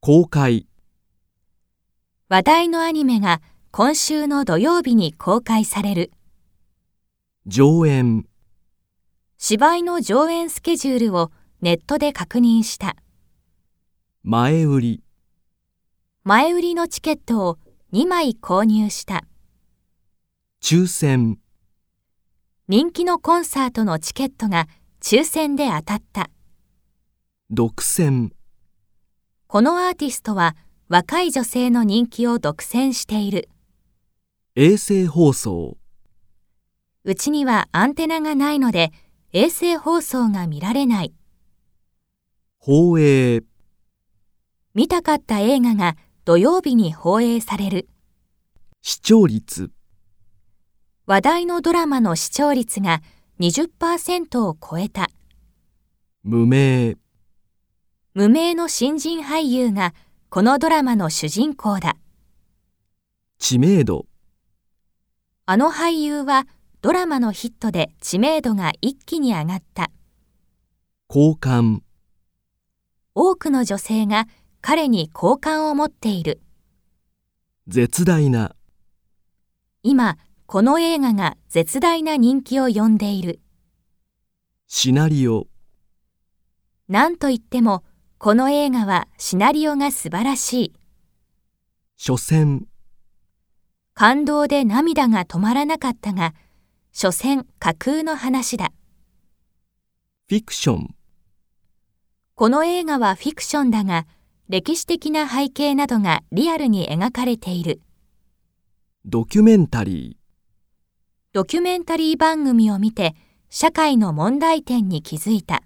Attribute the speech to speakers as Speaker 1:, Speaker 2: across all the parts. Speaker 1: 公開、
Speaker 2: 話題のアニメが今週の土曜日に公開される
Speaker 1: 上演、
Speaker 2: 芝居の上演スケジュールをネットで確認した
Speaker 1: 前売り、
Speaker 2: 前売りのチケットを2枚購入した
Speaker 1: 抽選、
Speaker 2: 人気のコンサートのチケットが抽選で当たった
Speaker 1: 独占、
Speaker 2: このアーティストは若い女性の人気を独占している
Speaker 1: 衛星放送、
Speaker 2: うちにはアンテナがないので衛星放送が見られない
Speaker 1: 放映、
Speaker 2: 見たかった映画が土曜日に放映される
Speaker 1: 視聴率、
Speaker 2: 話題のドラマの視聴率が20%を超えた
Speaker 1: 無名、
Speaker 2: 無名の新人俳優がこのドラマの主人公だ
Speaker 1: 知名度、
Speaker 2: あの俳優はドラマのヒットで知名度が一気に上がった
Speaker 1: 交換、
Speaker 2: 多くの女性が彼に好感を持っている
Speaker 1: 絶大な、
Speaker 2: 今この映画が絶大な人気を呼んでいる
Speaker 1: シナリオ、
Speaker 2: なんといってもこの映画はシナリオが素晴らしい
Speaker 1: 所詮、
Speaker 2: 感動で涙が止まらなかったが所詮架空の話だ
Speaker 1: フィクション、
Speaker 2: この映画はフィクションだが、歴史的な背景などがリアルに描かれている。
Speaker 1: ドキュメンタリ
Speaker 2: ドキュメンタリー番組を見て、社会の問題点に気づいた。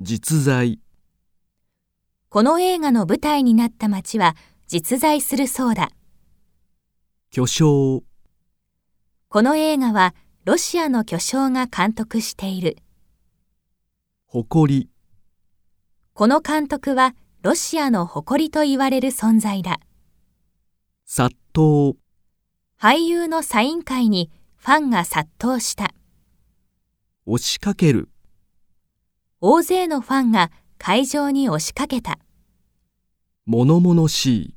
Speaker 1: ー、実在、
Speaker 2: この映画の舞台になった街は実在するそうだ。
Speaker 1: 巨匠、
Speaker 2: この映画はロシアの巨匠が監督している。
Speaker 1: 誇り、
Speaker 2: この監督はロシアの誇りと言われる存在だ。
Speaker 1: 殺到、
Speaker 2: 俳優のサイン会にファンが殺到した。
Speaker 1: 押しかける、
Speaker 2: 大勢のファンが会場に押しかけた。
Speaker 1: 物々しい、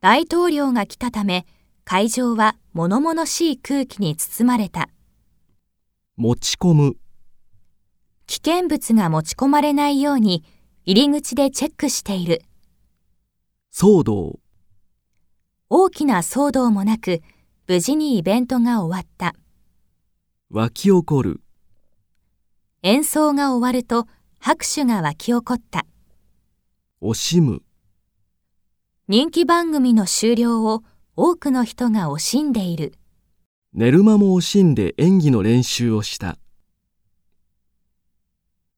Speaker 2: 大統領が来たため会場は物々しい空気に包まれた
Speaker 1: 持ち込む、
Speaker 2: 危険物が持ち込まれないように入り口でチェックしている
Speaker 1: 騒動、
Speaker 2: 大きな騒動もなく無事にイベントが終わった
Speaker 1: 湧き起こる、
Speaker 2: 演奏が終わると拍手が沸き起こった
Speaker 1: 惜しむ、
Speaker 2: 人気番組の終了を多くの人が惜しんでいる
Speaker 1: 寝る間も惜しんで演技の練習をした。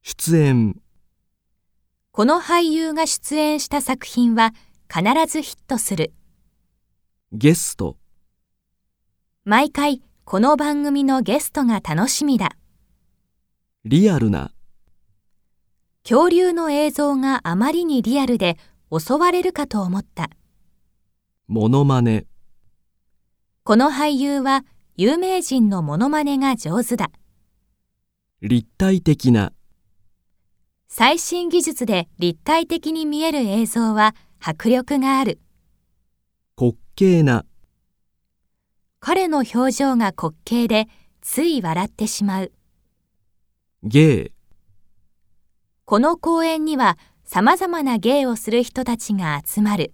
Speaker 1: 出演、
Speaker 2: この俳優が出演した作品は必ずヒットする
Speaker 1: ゲスト、
Speaker 2: 毎回この番組のゲストが楽しみだ
Speaker 1: リアルな、
Speaker 2: 恐竜の映像があまりにリアルで襲われるかと思った。
Speaker 1: モノマネ、
Speaker 2: この俳優は有名人のモノマネが上手だ。
Speaker 1: 立体的な、
Speaker 2: 最新技術で立体的に見える映像は迫力がある。
Speaker 1: 滑稽な、
Speaker 2: 彼の表情が滑稽でつい笑ってしまう。
Speaker 1: 芸、
Speaker 2: この公演には様々な芸をする人たちが集まる。